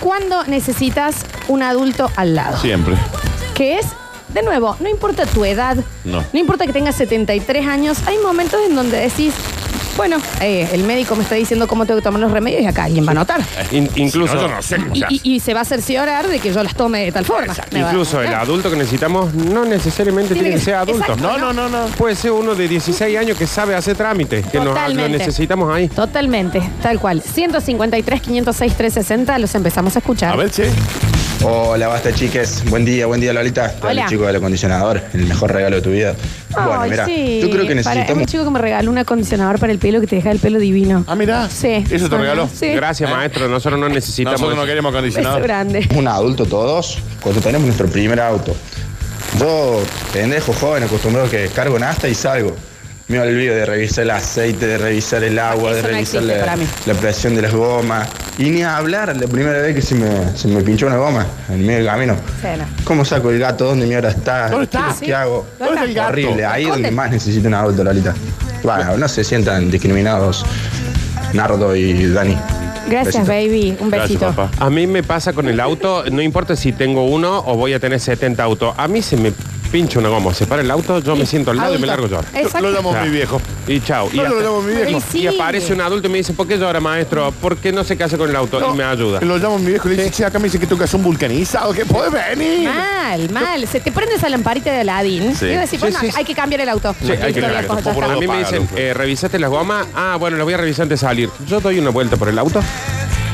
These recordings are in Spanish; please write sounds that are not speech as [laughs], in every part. ¿Cuándo necesitas un adulto al lado? Siempre. Que es, de nuevo, no importa tu edad, No. importa que tengas 73 años, hay momentos en donde decís, bueno, eh, el médico me está diciendo cómo tengo que tomar los remedios y acá alguien va a notar. In- incluso Si no, yo no sé cómo se Y, hace. y- y se va a cerciorar de que yo las tome de tal forma. Me va a incluso el notar. adulto que necesitamos no necesariamente Tiene tiene que que- ser adulto. exacto, No, no, no, no. Puede ser uno de 16 años que sabe hacer trámites, que nos- lo Totalmente. necesitamos ahí. Totalmente, tal cual. 153, 506, 360, los empezamos a escuchar. A ver, che. Hola, basta chiques. Buen día, buen día Lolita. Hola. El chico del acondicionador, el mejor regalo de tu vida. Ay, bueno, mira, sí. yo creo Para- eh, hay que necesitamos un chico que me regaló un acondicionador para el pelo que te deja el pelo divino. Ah, mira. Sí. Eso te Ajá, regaló. sí. [laughs] Gracias, maestro. Nosotros no necesitamos. ¿Eh? Nosotros no eso. queremos Beso acondicionado. grande. un adulto todos cuando tenemos nuestro primer auto. Yo, pendejo joven, acostumbrado que cargo en asta y salgo. Me olvido de revisar el aceite, de revisar el agua, de Ah, Eso no revisar existe para la, mí. la presión de las gomas. Y ni hablar, la primera vez que se me, se me pinchó una goma en medio del camino. Sí, no. ¿Cómo saco el gato? ¿Dónde mi hora está? ¿Dónde está? ¿Qué hago? ¿Dónde está el gato? Horrible, ahí es donde Escóndete. más necesito un adulto, Lolita. Bueno, no se sientan discriminados Nardo y Dani. Gracias, Besito. baby. Un Gracias, besito. papá. A mí me pasa con el auto, no importa si tengo uno o voy a tener 70 autos. A mí se me pincha una goma, se para el auto, yo me siento al lado y me largo Adulto. yo. Exacto. Lo llamo Claro. mi viejo. Y chao. Y, No, hasta- lo llamo mi Y viejo. sí. y aparece un adulto y me dice, ¿por qué llora, maestro? ¿Por qué no se casa con el auto? No, y me ayuda. Lo llamo mi viejo y le dice, che, acá me dice que tocas un vulcanizado, que podés venir. Mal, mal. Se te prende esa lamparita de Aladdin. Sí. Y decís, Sí, bueno, sí, sí. hay que cambiar el auto. Sí, hay que Listo, cambiar viejo, el ya auto. está. A mí me Paga, dicen, loco. eh, ¿revisaste las gomas? Ah, bueno, las voy a revisar antes de salir. Yo doy una vuelta por el auto,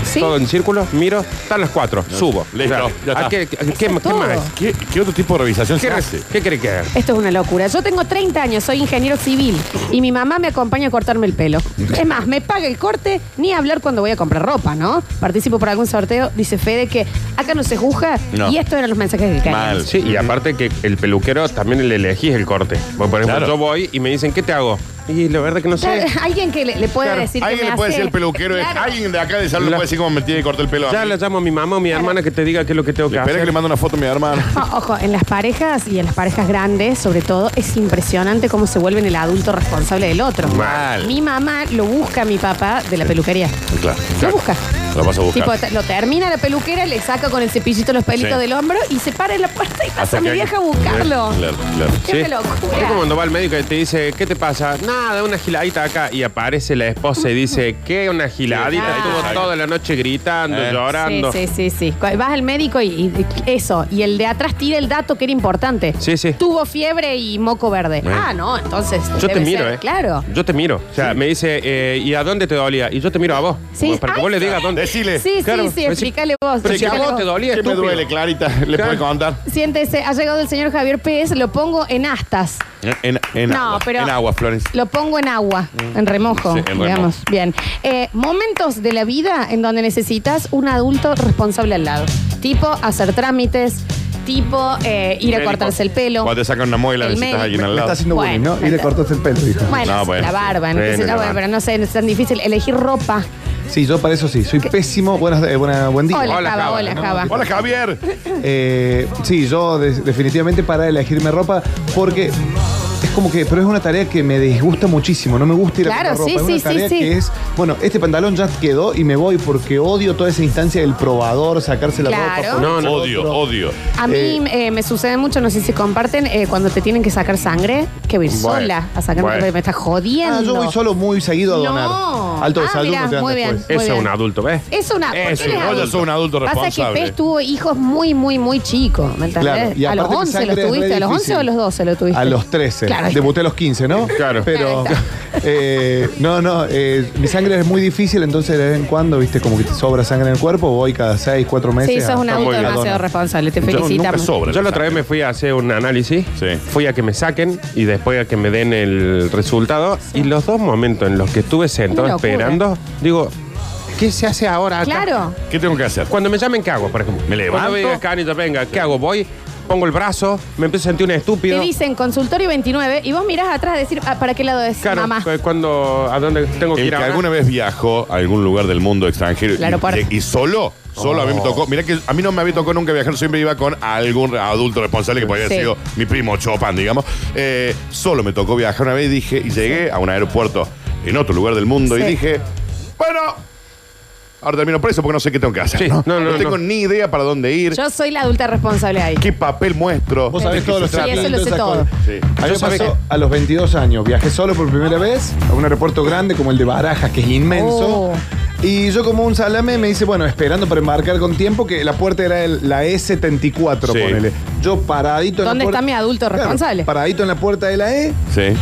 Sí. todo en círculo, miro, están las cuatro, subo. Listo, Claro. ya está. ¿A qué, a qué- qué es todo. más? ¿Qué, qué otro tipo de revisación ¿Qué, se re- hace? qué querés que haga? Eh, Esto es una locura. Yo tengo 30 años, soy ingeniero civil y mi mamá me acompaña a cortarme el pelo. Es más, me paga el corte ni hablar cuando voy a comprar ropa, ¿no? Participo por algún sorteo, dice Fede que acá no se juzga No. y estos eran los mensajes del canal. Mal. Sí, y aparte que el peluquero también le elegís el corte. Bueno, por ejemplo, Claro. yo voy y me dicen, ¿qué te hago? Y la verdad que no sé. Alguien que le, le pueda Claro. decir que Alguien me le puede hace- decir el peluquero, este. Claro. alguien de acá de salud le La- puede decir cómo me tiene que cortar el pelo. a Ya mí. le llamo a mi mamá o mi hermana que te diga qué es lo que tengo que Espera que le hacer. mando una foto a mi hermano. O- Ah, Ojo, en las parejas y en las parejas grandes, sobre todo, es impresionante cómo se vuelven el adulto responsable del otro. Mal. Mi mamá lo busca a mi papá de la peluquería. Claro. Lo busca. Lo vas a buscar. Tipo, te- lo termina la peluquera, le saca con el cepillito los pelitos Sí. del hombro y se para en la puerta y pasa Hasta a mi que vieja a alguien- buscarlo. Claro, claro. Qué locura. Es como cuando va al médico y te dice, ¿qué te pasa? Nada, una giladita acá. Y aparece la esposa [laughs] y dice, ¿qué? Una giladita. Sí, Estuvo claro. toda la noche gritando, Eh. llorando. Sí, sí, sí, sí. Cu- Vas al médico y, y eso. Y el de atrás tira el dato que era importante. Sí, sí. Tuvo fiebre y moco verde. Bueno. Ah, no, entonces. Yo te debe miro, ser, ¿eh? Claro. Yo te miro. O sea, me dice, eh, ¿y a dónde te dolía? Y yo te miro a vos. Sí. Para que Ay, vos le sí. digas dónde. Decile. Sí, Claro, sí, sí, pero si- explícale vos. Pero si a explícale vos te dolía, ¿Qué me estúpido. duele, Clarita? ¿Le Claro. puedes contar? Siéntese, ha llegado el señor Javier Pérez, lo pongo en astas. En, en No, agua. pero- En agua, Flores. Lo pongo en agua, en remojo, Mm. Sí, en remojo. digamos. Bien. Eh, momentos de la vida en donde necesitas un adulto responsable al lado. Tipo hacer trámites, tipo eh, ir a Médico. cortarse el pelo. Cuando te sacan una muela, El necesitas a alguien médico. al Me está lado. haciendo bullying, Bueno, ¿no? Y le está- cortaste el pelo, dijo. Bueno, No, sí, bueno, la barba, sí. entonces, ah, Bueno, bueno, la barba. pero no sé, es tan difícil elegir ropa. Sí, yo para eso sí, soy pésimo. Buenas, eh, buena- buen día. Hola, Hola, Java, Java, hola, ¿no? Java. Hola, Javier. Eh, sí, yo de- definitivamente para elegirme ropa porque es como que, pero es una tarea que me disgusta muchísimo. No me gusta ir Claro, a comprar ropa. sí, es una sí, sí, tarea sí. que es, bueno, este pantalón ya quedó y me voy porque odio toda esa instancia del probador, sacarse la Claro. ropa. No, no. Odio, odio. A mí eh, me sucede mucho, no sé si comparten, eh, cuando te tienen que sacar sangre, que voy Bueno, sola a sacar bueno. me está jodiendo. Ah, yo voy solo muy seguido a No. donar. Alto Ah, desayuno mirá, te dan muy bien. después. Eso es bien. un adulto, ¿ves? Es una. ¿por qué Eso, él es vos ya adulto? sos un adulto Pasa que responsable. Pez tuvo hijos muy, muy, muy chicos. ¿me entendés? Claro, y a los aparte que 11 sangre los es re tuviste, a los 11 difícil. o a los 12 lo tuviste. A los 13. Claro, ahí está. Debuté a los 15, ¿no? Claro. Pero. Claro, [laughs] eh, no, no, eh, mi sangre es muy difícil, entonces de vez en cuando, viste, como que te sobra sangre en el cuerpo, voy cada 6, 4 meses. Sí, sos un a- adulto a donar. demasiado responsable. Te Yo nunca felicitamos. sobra. Yo la otra vez me fui a hacer un análisis, Sí. fui a que me saquen y después a que me den el resultado. Y los dos momentos en los que estuve sentado Una locura. esperando, digo, ¿qué se hace ahora acá? Claro. ¿Qué tengo que hacer? Cuando me llamen, ¿qué hago, por ejemplo? Me levanto. Cuando diga, Canita, venga, ¿qué hago? Voy, pongo el brazo, me empiezo a sentir un Te estúpido. dicen consultorio 29 y vos mirás atrás a decir, ah, ¿para qué lado es Claro, mamá? cu- cuando, ¿a dónde tengo que El ir que ahora? alguna vez viajó a algún lugar del mundo extranjero y- Claro, por- y, y solo, solo a Oh. mí me tocó. Mirá que a mí no me había tocado nunca viajar, siempre iba con algún adulto responsable que podría haber Sí. sido mi primo Chopin, digamos. Eh, solo me tocó viajar una vez y dije, y llegué a un aeropuerto en otro lugar del mundo y Sí. dije, bueno, Ahora termino preso porque no sé qué tengo que hacer. Sí, No, no, no, No tengo no. ni idea para dónde ir, Yo soy la adulta responsable ahí. qué papel muestro. Vos sabés Sí, todos los sí, eso trámites, lo sé esas todo. cosas. Sí. A mí Yo me sabés pasó que- a los 22 años. Viajé solo por Ah. primera vez a un aeropuerto grande como el de Barajas, que es Oh. inmenso. Y yo como un salame me dice, bueno, esperando para embarcar con tiempo, que la puerta era el- la E E74, Sí. ponele. Yo paradito en ¿Dónde la puerta... está mi adulto responsable? paradito en la puerta de la E, Sí.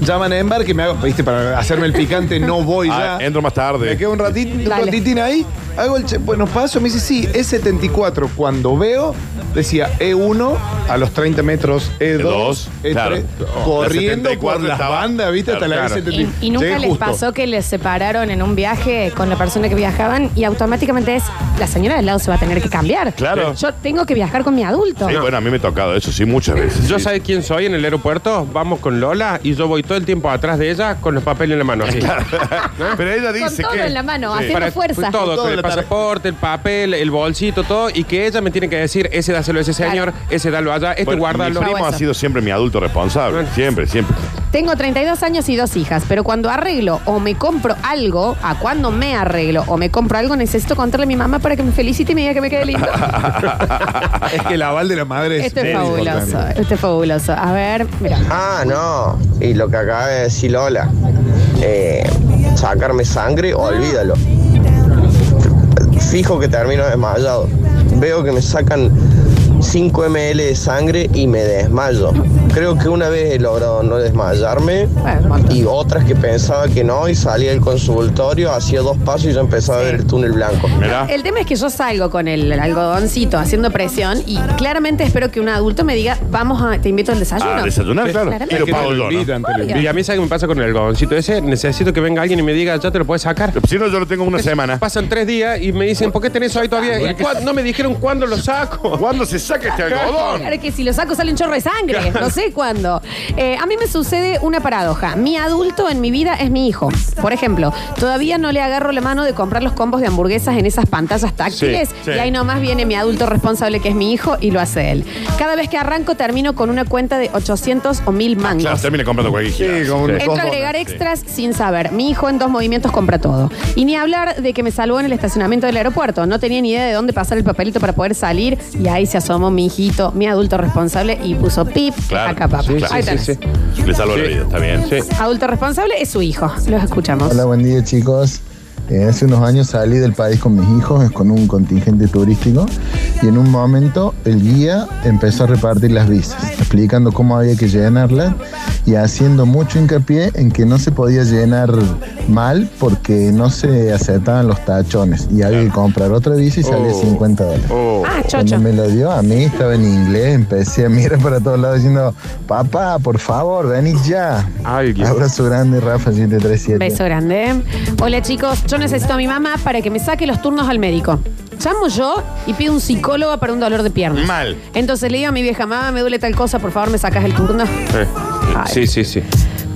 llaman a embarque, me hago, viste, para hacerme el picante, no voy [laughs] Ah, ya. entro más tarde. Me quedo un ratito, un Dale. ratitín ahí, hago el che- bueno, paso, me dice, sí, es 74. Cuando veo, decía E1 a los 30 metros, E E2, E2, E3, E claro. corriendo La 74 por las estaba- bandas, ¿viste? Hasta Claro, la E claro. E74. Y, y nunca Llegué les justo. pasó que les separaron en un viaje con la persona que viajaban y automáticamente es la señora del lado se va a tener que cambiar. Claro. Yo tengo que viajar con mi adulto. Sí, bueno, a mí me ha tocado eso, sí, muchas veces. Yo sí. sabés quién soy en el aeropuerto, vamos con Lola y yo voy todo el tiempo atrás de ella con los papeles en la mano. así. Pero ella Con dice todo que. en la mano, Sí. haciendo fuerza. Todo, Todo con la el tarea. pasaporte, el papel, el bolsito, todo. Y que ella me tiene que decir, ese dáselo a ese señor, ese dalo allá, este Bueno, guardalo. Mi primo ha Sabueso. sido siempre mi adulto responsable. Bueno. Siempre, siempre. Tengo 32 años y dos hijas, pero cuando arreglo o me compro algo, a cuando me arreglo o me compro algo, necesito contarle a mi mamá para que me felicite y me diga que me quede lindo. [laughs] Es que el aval de la madre es. Esto es muy fabuloso, importante. esto es fabuloso. A ver, mira. Ah, no. Y lo que acaba de decir Lola. eh, sacarme sangre, olvídalo. Fijo que termino desmayado. Veo que me sacan 5 ml de sangre y me desmayo. Creo que una vez he logrado no desmayarme Bueno, un y otras que pensaba que no y salía del consultorio, hacía dos pasos y ya empezaba a ver el túnel blanco. Mirá. El tema es que yo salgo con el algodoncito haciendo presión y claramente espero que un adulto me diga, vamos a, te invito al desayuno. A ah, desayunar, claro. Claramente. Y lo Que te pago yo, lo ¿no? invitan, te lo invitan. Y a mí, ¿sabes qué me pasa con el algodoncito ese? Necesito que venga alguien y me diga, ya te lo puedes sacar. Si no, yo lo tengo una semana. Pasan tres días y me dicen, ¿por qué tenés eso ahí todavía? ¿Y cuá- No me dijeron cuándo lo saco. ¿Cuándo se saca este algodón? Claro que si lo saco sale un chorro de sangre, no sé cuándo. Eh, a mí me sucede una paradoja. Mi adulto en mi vida es mi hijo. Por ejemplo, todavía no le agarro la mano de comprar los combos de hamburguesas en esas pantallas táctiles Sí, sí. y ahí nomás viene mi adulto responsable que es mi hijo y lo hace él. Cada vez que arranco termino con una cuenta de 800 o 1000 mangos. Claro, termina comprando cualquier gira. Sí, como un- Entro a agregar extras sin saber. Mi hijo en dos movimientos compra todo. Y ni hablar de que me salvó en el estacionamiento del aeropuerto. No tenía ni idea de dónde pasar el papelito para poder salir. Y ahí se asomó mi hijito, mi adulto responsable, y puso pip Claro. acá, papá. Sí, ahí sí, tenés. sí, sí. Le salvo la Sí. vida, está bien. Sí. Adulto responsable es su hijo. Los escuchamos. Hola, buen día chicos. Eh, hace unos años salí del país con mis hijos, es con un contingente turístico, y en un momento el guía empezó a repartir las visas, explicando cómo había que llenarlas y haciendo mucho hincapié en que no se podía llenar mal porque no se aceptaban los tachones y había que comprar otra visa y salía 50 dólares. Oh. Ah, chocho. Cuando me lo dio a mí, estaba en inglés, empecé a mirar para todos lados diciendo, papá, por favor, vení ya. Alguien. Abrazo grande, Rafa 737. Beso grande. Hola chicos, yo necesito a mi mamá para que me saque los turnos al médico. Llamo yo y pido un psicólogo para un dolor de piernas. Mal. Entonces le digo a mi vieja, mamá, me duele tal cosa, por favor me sacas el turno. Eh, Ay. Sí, sí, sí.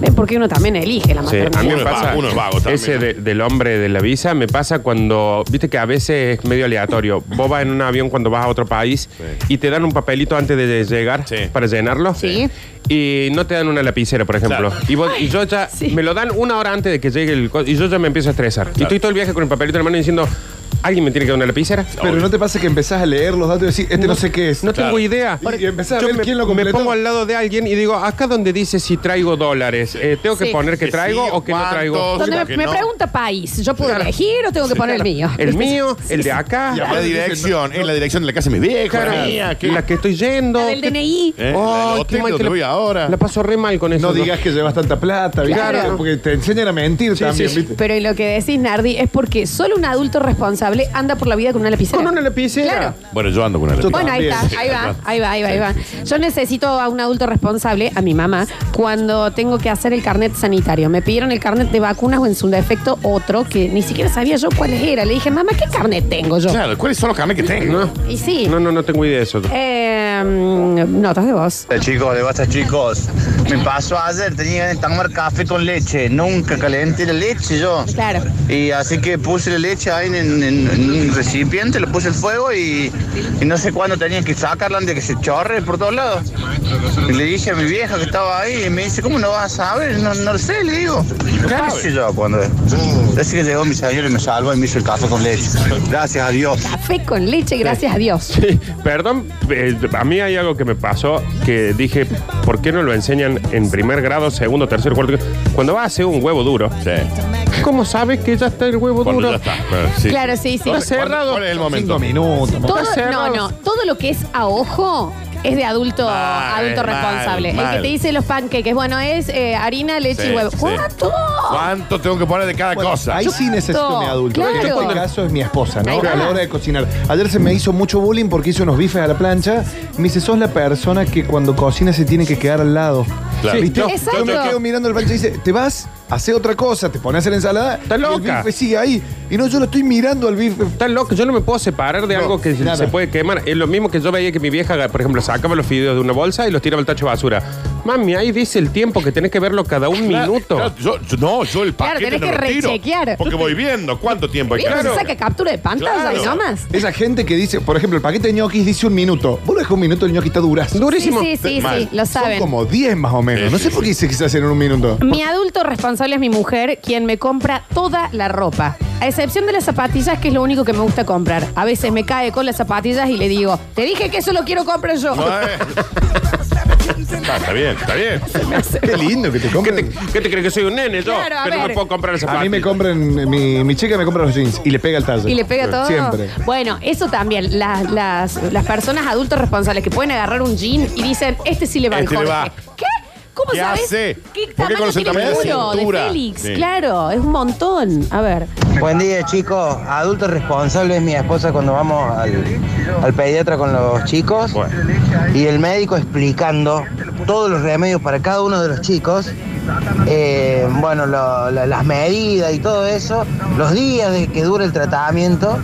Ven, porque uno también elige la Sí, maternidad. a mí Uno me es pasa vago, uno es vago también. ese de- del hombre de la visa me pasa cuando viste que a veces es medio aleatorio vos vas en un avión cuando vas a otro país y te dan un papelito antes de llegar Sí. para llenarlo Sí. y no te dan una lapicera por ejemplo Claro. y, vos- y yo ya sí. me lo dan una hora antes de que llegue el co- y yo ya me empiezo a estresar y estoy todo el viaje con el papelito en la mano diciendo alguien me tiene que dar una lapicera Pero no te pasa que empezás a leer los datos y decís, este no, sé qué es. no Claro. tengo idea. Y- y empezás a Yo ver me, quién lo me completó. pongo al lado de alguien y digo, acá donde dice si traigo dólares, eh, ¿tengo que Sí. poner que Que traigo sí, o que no traigo? ¿cuántos? Donde me, Porque me no. pregunta país, ¿yo puedo Claro. elegir o tengo que poner el mío? [laughs] El mío, el de acá. Y a la dirección, es la dirección de la casa de mis viejos. Claro, la mía, que- la que estoy yendo. La del DNI. Eh, el Ay, qué hotel mal donde que la- voy ahora. La paso re mal con eso. No digas que llevas tanta plata, ¿viste? Claro. Porque te enseñan a mentir Sí, también, sí, sí. ¿viste? Pero lo que decís, Nardi, es porque solo un adulto responsable anda por la vida con una lapicera. Con una lapicera. Claro. Bueno, yo ando con una Yo lapicera. Bueno, ahí También. está, ahí va, ahí va, ahí va, ahí va. Yo necesito a un adulto responsable, a mi mamá, cuando tengo que hacer el carnet sanitario. Me pidieron el carnet de vacunas o en su defecto otro que ni siquiera sabía yo cuál era. Le dije, mamá, ¿qué carnet tengo yo? Claro, ¿cuáles son los camiones que tengo? No, Y sí. no, no, no tengo idea de eso. [laughs] Eh, notas de voz. Hola, Eh, chicos, de basta chicos. Me pasó ayer, tenía ganas de tomar café con leche. Nunca calenté la leche yo. Claro. Y así que puse la leche ahí en, en- en un, un recipiente, lo puse al fuego y, y no sé cuándo tenía que sacarla antes de que se chorre por todos lados. Y le dije a mi vieja que estaba ahí y me dice, ¿cómo no vas a saber? No, no lo sé, le digo. ¿Qué sé yo cuando Así que llegó mi señor y me salvó y me hizo el café con leche. Gracias a Dios. Café con leche, gracias a Dios. Sí, perdón, eh, a mí hay algo que me pasó que dije, ¿por qué no lo enseñan en primer grado, segundo, tercer, cuarto? Cuando vas a hacer un huevo duro, ¿cómo sabes que ya está el huevo Cuando ya duro? está. Bueno, sí. Claro, sí, sí. Está ¿Cuál- cerrado. ¿Cuál es el momento? Cinco minutos. Todo, no, cerrado. no, todo lo que es a ojo es de adulto, Mal, adulto mal, responsable. El mal. que te dice los panqueques, bueno, es eh, harina, leche Sí, y huevo. sí. ¿Cuánto? ¿Cuánto tengo que poner de cada Bueno, cosa? Ahí sí necesito mi adulto. Claro. En este caso es mi esposa, ¿no? Ahí va. A la hora de cocinar. Ayer se me hizo mucho bullying porque hice unos bifes a la plancha. Me dice, sos la persona que cuando cocina se tiene que quedar al lado. Claro. Sí, ¿Viste? Yo- Yo me exacto. quedo mirando la plancha y dice, te vas, hace otra cosa, te pones a hacer ensalada. Está Y el loca. bife sigue ahí. Y no, yo lo estoy mirando al bife. Estás loco, yo no me puedo separar de No, algo que se- nada. se puede quemar. Es lo mismo que yo veía que mi vieja, por ejemplo, sacaba los fideos de una bolsa y los tiraba al tacho de basura. Mami, ahí dice el tiempo que tenés que verlo cada un Claro, minuto. claro, yo- yo- no, yo el Claro, paquete tenés no que lo tiro, rechequear. Porque voy viendo cuánto tiempo hay. Mira, Claro. se saca captura de pantalla Claro. y nomás. Esa gente que dice, por ejemplo, el paquete de ñoquis dice un minuto. Vos lo dejás un minuto, el ñoqui está durazo. Durísimo. Sí, sí, sí, Mal. sí, lo Son saben. como 10 más o menos. Sí, No sí, sé por qué dice que se hacen en un minuto. Mi adulto responsable es mi mujer, quien me compra toda la ropa. A excepción de las zapatillas, que es lo único que me gusta comprar. A veces me cae con las zapatillas y le digo, te dije que eso lo quiero comprar yo. No, eh. Ah, está bien, está bien. Qué lindo que te ¿Qué compren. te, qué te crees que soy un nene yo? Claro, a que no ver. me puedo comprar zapatos. A mí me compran, mi, mi chica me compra los jeans y le pega el talle. Y le pega todo. Siempre. Bueno, eso también. Las, las, las personas adultos responsables que pueden agarrar un jean y dicen, este sí le va al Este le Jorge. va. ¿Qué? ¿Cómo ¿Qué sabes? hace? ¿Qué ¿Por qué tamaño conoce el tiene el tamaño de la culo de cintura? Félix? Sí. Claro, es un montón. A ver. Buen día chicos, adulto responsable es mi esposa cuando vamos al, al pediatra con los chicos Bueno. y el médico explicando todos los remedios para cada uno de los chicos, eh, bueno, lo- la- las medidas y todo eso, los días de que dura el tratamiento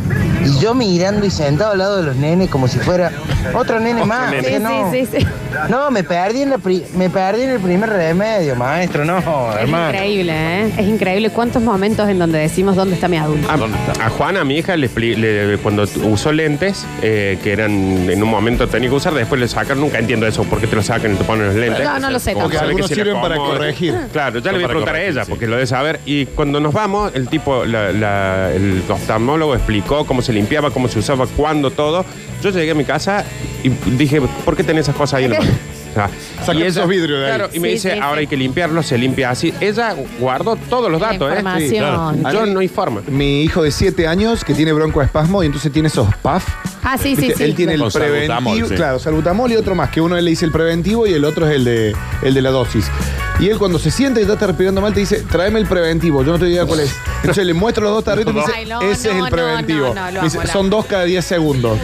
y yo mirando y sentado al lado de los nenes como si fuera otro nene más. Sí, o sea, no, sí, sí, sí. no, me perdí, en la pri- me perdí en el primer remedio, maestro, no, hermano. Es increíble, ¿eh? Es increíble cuántos momentos en donde decimos dónde está mi adulto. A, a Juana, mi hija, le expli- le- cuando t- usó lentes, eh, que eran en un momento tenía que usar, después le sacaron, nunca entiendo eso, porque te lo sacan y te ponen los lentes. No, no lo sé Como que tampoco. sabe que Algunos si le sirven para acomoda. corregir. Claro, ya le voy a para preguntar a corregir, ella, sí. porque lo de saber. Y cuando nos vamos, el tipo, la- la- el oftalmólogo explicó cómo se limpiaba, cómo se usaba, cuándo, todo. Yo llegué a mi casa y dije, ¿por qué tenés esas cosas [laughs] ahí en la mano? O sea, Saca esos vidrios de ahí. Claro, y me Sí, dice, sí, ahora sí. hay que limpiarlo, se limpia así. Ella guardó todos los La datos, ¿eh? información. Yo no hay forma. Mi hijo de 7 años que tiene broncoespasmo y entonces tiene esos puff. Ah, sí, sí, Viste, sí. Él tiene el Con preventivo. salbutamol, sí. Claro, salbutamol y otro más, que uno le dice el preventivo y el otro es el de, el de la dosis. Y él cuando se siente y está respirando mal te dice, tráeme el preventivo, yo no te digo cuál es. Entonces le muestro los dos tarritos y me dice, Ay, no, ese no, es el no, no, preventivo. no, lo Me dice, amo, lo Son amo. dos cada 10 segundos.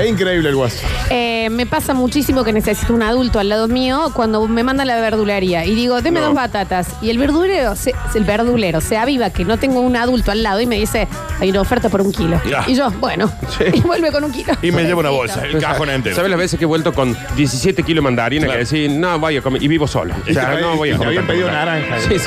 Es increíble el guaso. Eh, me pasa muchísimo que necesito un adulto al lado mío cuando me manda a la verdulería y digo, deme dos batatas. Y el verdulero, se, el verdulero se aviva que no tengo un adulto al lado y me dice, hay una oferta por un kilo. Ya. Y yo, bueno, Sí. [laughs] y vuelve con un kilo. Y me llevo una bolsa, el cajón entero. ¿Sabes las veces que he vuelto con 17 kilos de mandarina Claro. que decís, no voy a comer, y vivo solo? O sea, no voy a Y te comer. habían tampoco. pedido naranja. Sí, sí.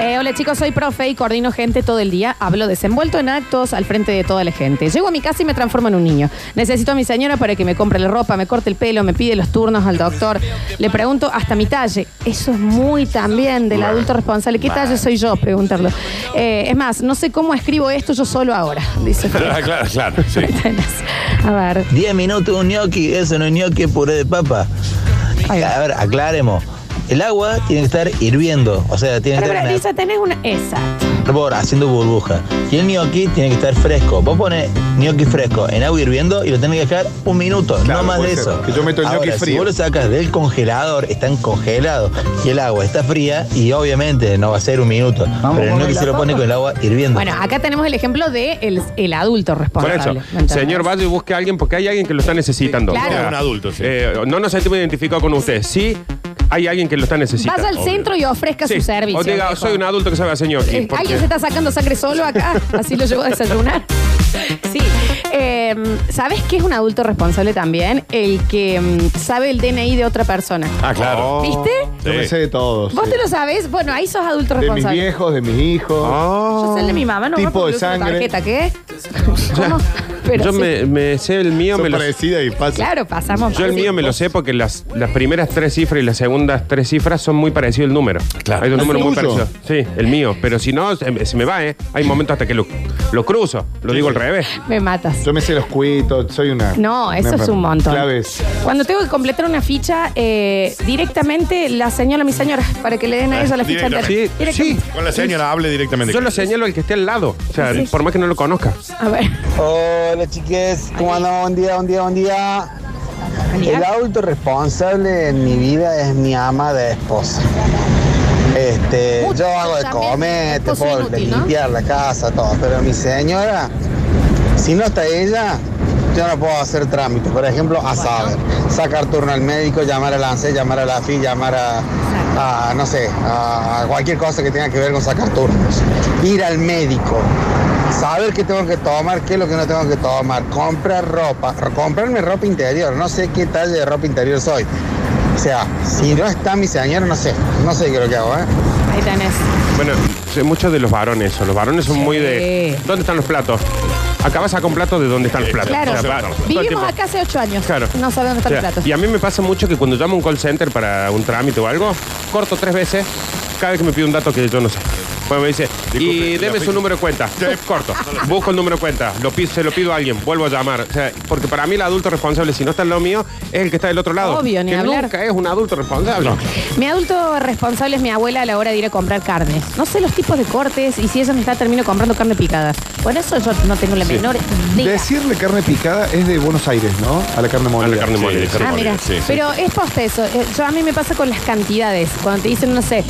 Eh, hola chicos, soy profe y coordino gente todo el día. Hablo desenvuelto en actos al frente de toda la gente. Llego a mi casa y me transformo en un niño. Necesito a mi señora para que me compre la ropa, me corte el pelo, me pide los turnos al doctor. Le pregunto hasta mi talle. Eso es muy también del adulto responsable. ¿Qué talle soy yo? Preguntarlo. Eh, es más, no sé cómo escribo esto yo solo ahora, [laughs] dice. Claro, claro, claro, sí. A ver. 10 minutos un gnocchi, eso no es gnocchi, es puré de papa. Ahí va. A ver, aclaremos. El agua tiene que estar hirviendo, o sea, tiene que Pero, pero, estar en Lisa, tenés una. Exacto. el hervor, haciendo burbuja. Y el gnocchi tiene que estar fresco. Vos pones gnocchi fresco en agua hirviendo y lo tenés que dejar un minuto, Claro, no más puede de ser, eso. que yo meto el Ahora, gnocchi frío. Si vos lo sacas del congelador, están congelados y el agua está fría y obviamente no va a ser un minuto. pero el gnocchi se lo pone con el agua hirviendo. Bueno, acá tenemos el ejemplo de el, el adulto Por eso, responsable. ¿Me entendés? señor, vaya y busque a alguien porque hay alguien que lo está necesitando. Claro. O sea, Un adulto, sí. eh, no nos sentimos identificados con usted. Sí, hay alguien que lo está necesitando. Vaya al centro y ofrezca Sí. su servicio. O diga, viejo. soy un adulto que sabe hacer ñoqui. Eh, porque- [laughs] ¿Alguien se está sacando sangre solo acá? Así lo llevo a desayunar. [laughs] Sí. Eh, ¿Sabes qué es un adulto responsable también? El que mm, sabe el DNI de otra persona. Ah, claro. Oh. ¿Viste? Yo me Sí. sé de todos. ¿Vos sí. te lo sabes? Bueno, ahí sos adulto De mis responsable. viejos, de mis hijos. Ah, Yo sé el de mi mamá, no me Tipo de sangre. tarjeta, [laughs] ¿qué? ¿Cómo? Pero Yo sí. me, me sé el mío, Son me lo, parecidas y pasa. Claro, pasamos. yo el mío me lo sé porque las, las primeras tres cifras y las segundas tres cifras son muy parecidos el número. Claro. Hay un ¿El número muy tuyo? parecido. Sí, el mío. Pero si no, se, se me va, ¿eh? Hay momentos hasta que lo, lo cruzo. Lo digo al revés. Me matas. Yo me sé los cuitos, soy una. No, eso una es un montón. Claves. Cuando tengo que completar una ficha, eh, directamente la señalo a mi señora para que le den a ella la ficha entera. Directamente. Directamente. Sí, Con la señora hable directamente. Yo lo señalo al que esté al lado. O sea, Sí. por más que no lo conozca. A ver. Hola chiques, ¿cómo andan? Buen día, buen día, buen día. El adulto responsable en mi vida es mi ama de esposa. Este, Mucho yo hago de también, comer, te esposo puedo inútil, ¿no? limpiar la casa, todo. Pero mi señora, si no está ella, yo no puedo hacer trámites. Por ejemplo, a saber, sacar turno al médico, llamar a la ANSE, llamar a la AFI, llamar a, a, no sé, a, a cualquier cosa que tenga que ver con sacar turnos. Ir al médico, saber qué tengo que tomar, qué es lo que no tengo que tomar, comprar ropa, comprarme ropa interior, no sé qué talla de ropa interior soy. O sea, si no está mi señora, no sé, no sé qué es lo que hago, ¿eh? Ahí tenés. Bueno, sí, muchos de los varones son. Los varones son Sí. muy de. ¿Dónde están los platos? Acabas con platos de dónde están los platos. Claro. O sea, va- todo el Vivimos tiempo. acá hace ocho años. Claro. No sabemos dónde O están sea, los platos. Y a mí me pasa mucho que cuando llamo a un call center para un trámite o algo, corto tres veces cada vez que me pide un dato que yo no sé. Pues me dice, Disculpe, y deme la su fe- número de cuenta. Corto. Busco el número de cuenta, lo pido, se lo pido a alguien, vuelvo a llamar. O sea, porque para mí el adulto responsable, si no está al lado mío, es el que está del otro lado. Obvio, ni que hablar. nunca es un adulto responsable. Mi adulto responsable es mi abuela a la hora de ir a comprar carne. No sé los tipos de cortes y si ella no está, termino comprando carne picada. Por eso yo no tengo la menor idea. Decirle carne picada es de Buenos Aires, ¿no? A la carne molida. A la carne Sí. molida. sí, Ah, mira. sí, sí. Pero es posta eso. Eh, Yo a mí me pasa con las cantidades. Cuando te dicen, no sé,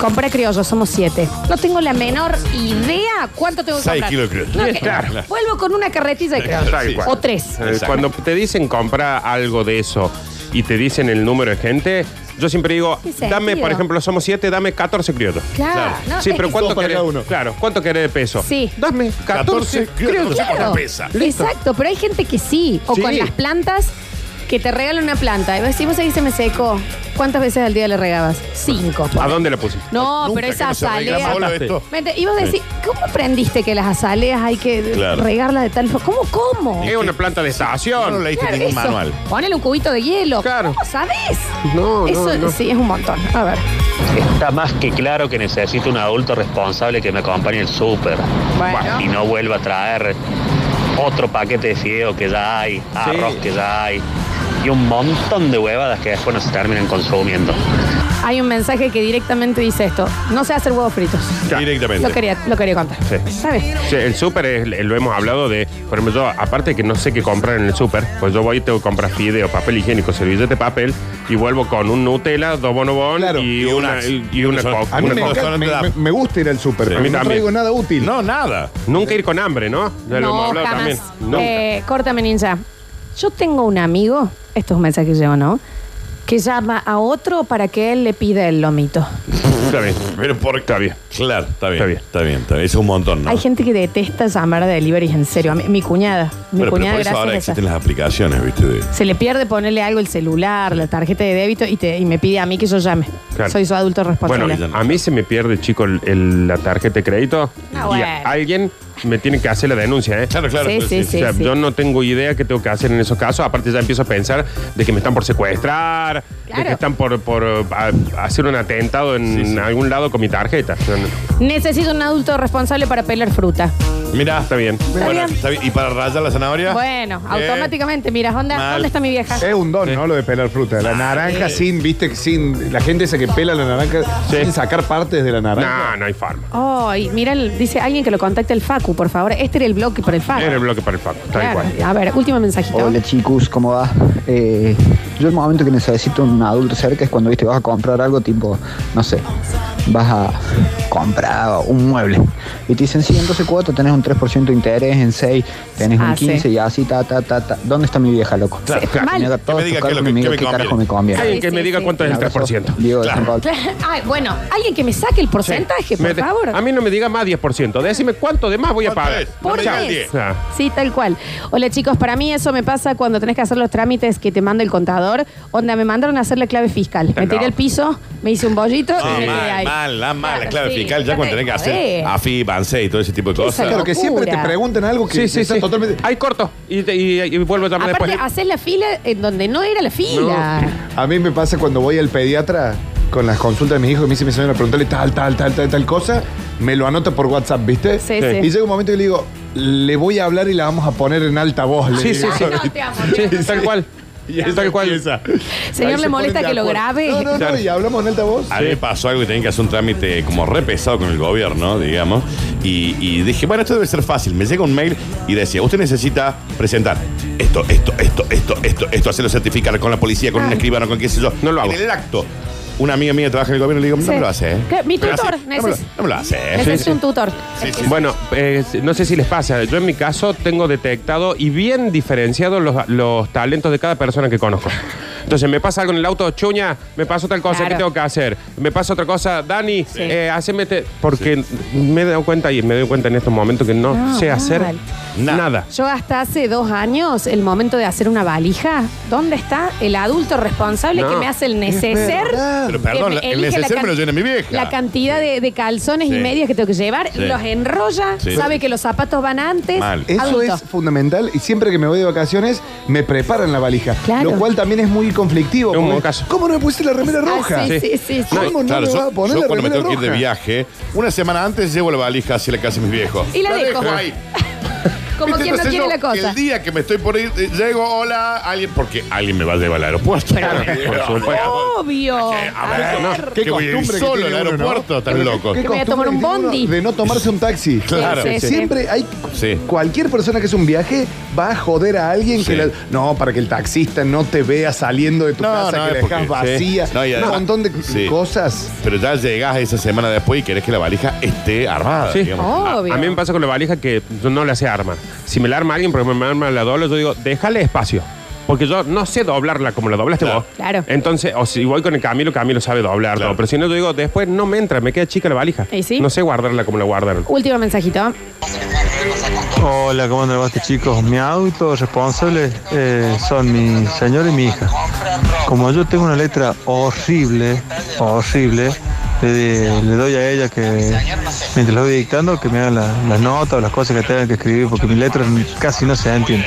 compra criollo, somos siete. No tengo la menor idea cuánto tengo que Seis comprar. kilos de criollo. No, Sí, que- claro. Vuelvo con una carretilla de Tal criollo. cual. O tres. Eh, Exacto. Cuando te dicen compra algo de eso y te dicen el número de gente, yo siempre digo, ¿Qué sentido? dame, por ejemplo, somos siete, dame 14 criollos. Claro. No, sí, es- pero ¿cuánto Dos para querés? cada uno. Claro, ¿cuánto querés de peso? Sí. Dame 14 14, criollos. criollos. Claro. Con pesa. Listo. Exacto, pero hay gente que sí. O Sí. con las plantas que te regalan una planta. Y vos decís, vos ahí se me secó. ¿Cuántas veces al día le regabas? Cinco. ¿A dónde la puse? No, Nunca pero que esa no se arregla azalea. solo esto. Mente, Y vos decís, ¿cómo aprendiste que las azaleas hay que Claro. regarlas de tal forma? ¿Cómo, cómo? Es una planta de No estación. leíste Claro, ningún eso. manual. Ponele un cubito de hielo. Claro. ¿Cómo sabes? No, no, Eso no. sí es un montón. A ver. Está más que claro que necesito un adulto responsable que me acompañe al súper Bueno. y no vuelva a traer otro paquete de fideo que ya hay, arroz que ya hay y un montón de huevadas que después no se terminan consumiendo. Hay un mensaje que directamente dice esto. No sé hacer huevos fritos. Directamente. Lo quería, lo quería contar. Sí. ¿Sabes? Sí, el súper, es- lo hemos hablado de, por ejemplo, yo, aparte que no sé qué comprar en el súper, pues yo voy y tengo que comprar fideo, papel higiénico, servillete de papel y vuelvo con un Nutella, dos bonobón Claro, y, y una, unas. y una, Son- co- A mí una me, cosa. encanta- me, me- me gusta ir al súper, Sí, a pero mí no también. traigo nada útil. No, nada. Nunca ir con hambre, ¿no? Ya lo hemos hablado también. Nunca. Eh, córtame, ninja. Yo tengo un amigo, esto es un mensaje que llevo, ¿no? Que llama a otro para que él le pida el lomito. Está bien. Pero por... Está bien. Claro, está bien. Está bien. Está bien, está bien. Es un montón, ¿no? Hay gente que detesta llamar a deliveries, en serio. A mí- Mi, cuñada. Mi Bueno, pero cuñada, por eso gracias ahora a esa. existen las aplicaciones, ¿viste? De- Se le pierde ponerle algo el celular, la tarjeta de débito y, te- y me pide a mí que yo llame. Claro. Soy su adulto responsable. Bueno, a mí se me pierde, chico, el- el- la tarjeta de crédito Ah, y bueno. a- alguien me tiene que hacer la denuncia, ¿eh? Claro, claro. Sí, sí, sí. o sea, yo no tengo idea qué tengo que hacer en esos casos. Aparte, ya empiezo a pensar de que me están por secuestrar, Claro. de que están por, por, a- hacer un atentado en algún lado con mi tarjeta. O sea, no- Necesito un adulto responsable para pelar fruta. Mira, Está bien. Bueno, bien. está bien. ¿Y para rayar la zanahoria? Bueno, Bien. automáticamente, miras, onda, Mal. ¿dónde está mi vieja? Es un don, ¿no? Lo de pelar fruta. La naranja sin, viste, sin. La gente esa que pela la naranja Sí. sin sacar partes de la naranja. No, no hay forma. Ay, mira, el- dice alguien que lo contacte el Facu, por favor. Este era el bloque para el Facu. Era el bloque para el Facu, tal Claro. cual. A ver, último mensajito. chicos, ¿cómo va? Eh, Yo el momento que necesito un adulto cerca es cuando viste vas a comprar algo tipo, no sé, vas a comprar un mueble y te dicen, sí, entonces cuatro tenés un 3% de interés, en 6 tenés Ah, un sí. 15 y así, ta, ta, ta, ta. ¿Dónde está mi vieja, loco? Claro, Sí, claro. mal. Que me haga Que todos me diga estos qué es lo cálculos que- y me qué diga me qué carajo conviene. me conviene. Alguien que me diga cuánto es el Un abrazo, 3%. Diego de San Pablo. Ay, bueno, alguien que me saque el porcentaje, por Me de- favor. A mí no me diga más 10%. Decime cuánto de más voy a pagar. Por Chao. mes. Ah. Sí, tal cual. Hola chicos, para mí eso me pasa cuando tenés que hacer los trámites que te manda el contador, onda me mandaron a hacer la clave fiscal. Me Está tiré loco. al piso, me hice un bollito No, y me quedé Ah, mal, ahí. mal, la mala, Claro, claro, sí, fiscal, ya déjate cuando de tenés que hacer joder. AFI, ANSE y todo ese tipo de cosas. Esa Claro, que siempre te locura. preguntan algo que Sí, sí, está sí. totalmente. Hay corto. Y, te- y- y vuelvo a llamar Aparte, después. haces la fila en donde no era la fila. A mí me pasa cuando voy al pediatra con las consultas de mis hijos, que me dice mi señora, preguntarle tal, tal, tal, tal, tal cosa, me lo anota por WhatsApp, ¿viste? Sí, sí. Y llega un momento y le digo, le voy a hablar y la vamos a poner en alta voz. le Sí, sí, digo. [laughs] sí. No, te amo, te Sí, amo. Tal cual. Y Tal cual. Señor, Ahí ¿le se molesta que ponen de lo acuerdo. grabe? No, no, no, Claro. y hablamos en alta voz. A mí me pasó algo que tenía que hacer un trámite como re pesado con el gobierno, digamos. Y, y dije, bueno, esto debe ser fácil. Me llega un mail y decía, usted necesita presentar esto, esto, esto, esto, esto, esto, hacerlo certificar con la policía, con un escribano, con qué sé yo. No lo hago. En el acto. Una amiga mía que trabaja en el gobierno y le digo, no Sí. me lo hace. ¿eh? ¿Qué? Mi No me lo tutor, hace. No me lo- neces- no me lo hace. ¿eh? Necesito un tutor. Bueno, eh, no sé si les pasa. Yo en mi caso tengo detectado y bien diferenciados los, los talentos de cada persona que conozco. Entonces me pasa algo en el auto, chuña, me pasa tal cosa, Claro. ¿qué tengo que hacer? Me pasa otra cosa, Dani, Sí. eh, haceme este- Porque me he dado cuenta y me doy cuenta en estos momentos que no, No, sé hacer mal. nada. Yo hasta hace dos años, el momento de hacer una valija, ¿dónde está el adulto responsable No. que me hace el neceser? Pero perdón, que me el elige la neceser me lo can- llena mi vieja. La cantidad de, de calzones Sí. y medias que tengo que llevar, Sí. los enrolla, Sí. sabe que los zapatos van antes. Mal. Eso Adulto. es fundamental y siempre que me voy de vacaciones me preparan la valija. Claro. Lo cual también es muy conflictivo. Es un porque, caso. ¿Cómo no me pusiste la remera Ah, roja? sí, sí, sí, sí. No, ¿Cómo no me yo, va a poner yo la cuando me remera tengo que ir de roja? viaje, una semana antes llevo la valija hacia la casa de mis viejos. Y la dejo. ahí. Como Viste, quien no entonces quiere yo, la cosa. El día que me estoy por ir, eh, llego, hola, alguien, porque alguien me va a llevar al aeropuerto. [laughs] Pero- por Obvio. A ver, no, Qué que voy a ir costumbre que solo tiene al uno, ¿no? aeropuerto, tan loco. Que ¿Qué me voy a costumbre tomar un que tiene uno bondi. De no tomarse un taxi. Claro. Sí, sí, Siempre hay. Sí. Cualquier persona que hace un viaje va a joder a alguien Sí. que la- No, para que el taxista no te vea saliendo de tu No, casa, no, que la es porque- dejas sí. vacía. No, y además- un montón de sí. cosas. Pero ya llegás esa semana después y querés que la valija esté armada. Sí. digamos. Obvio. A mí me pasa con la valija que yo no la sé armar. Si me la arma alguien, porque me arma la doble, yo digo, déjale espacio. Porque yo no sé doblarla como la doblaste Claro. vos. Claro. Entonces, o si voy con el Camilo, Camilo sabe doblar Claro. todo. Pero si no, yo digo, después no me entra, me queda chica la valija. ¿Y sí? No sé guardarla como la guardaron. Último mensajito. Hola, ¿cómo andan basta chicos? Mi auto responsable eh, son mi señor y mi hija. Como yo tengo una letra horrible, horrible, le, le doy a ella que mientras lo voy dictando que me haga la- las notas o las cosas que tengan que escribir porque mi letra casi no se entiende.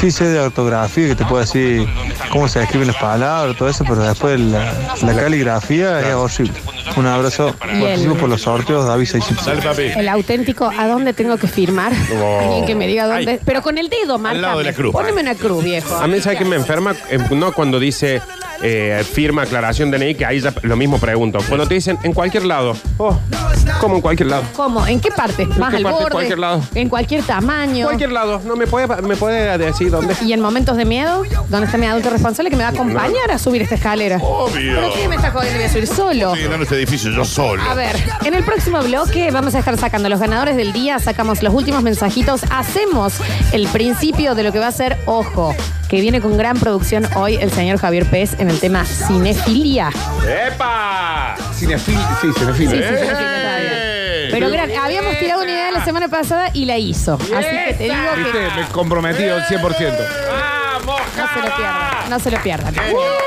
Sí sé de ortografía, que te puedo decir cómo se escriben las palabras, todo eso, pero después la, la caligrafía es horrible. Un abrazo muchísimo por los sorteos, David Oh. 600. Dale, papi. El auténtico, ¿a dónde tengo que firmar? Alguien que me diga dónde. Ay. Pero con el dedo, marca. Oh. lado de la cruz. Póneme una cruz, viejo. A mí, ¿sabes qué me enferma? Eh, no cuando dice eh, firma, aclaración, DNI, que ahí ya lo mismo pregunto. Cuando te dicen, en cualquier lado. Oh, ¿cómo en cualquier lado? ¿Cómo? ¿En qué parte? ¿Más qué al parte? borde? Cualquier lado. ¿En cualquier tamaño? Cualquier lado. No me puede, me puede decir dónde. ¿Y en momentos de miedo? ¿Dónde está mi adulto responsable que me va a acompañar a subir esta escalera? Obvio. ¿Pero qué me está jodiendo? Voy a subir solo. Estoy llenando este edificio yo solo. A ver, en el próximo bloque vamos a estar sacando los ganadores del día, sacamos los últimos mensajitos, hacemos el principio de lo que va a ser Ojo, que viene con gran producción hoy el señor Javier Pérez en el tema cinefilia. ¡Epa! Cinefil, sí, cinefil. Sí, sí, sí, ¿eh? sí, está bien. Pero gran- habíamos tirado una idea la semana pasada y la hizo. Así que te digo que Viste, me comprometí al 100%. ¡Vamos, no se lo pierdan, no se lo pierdan. Genio.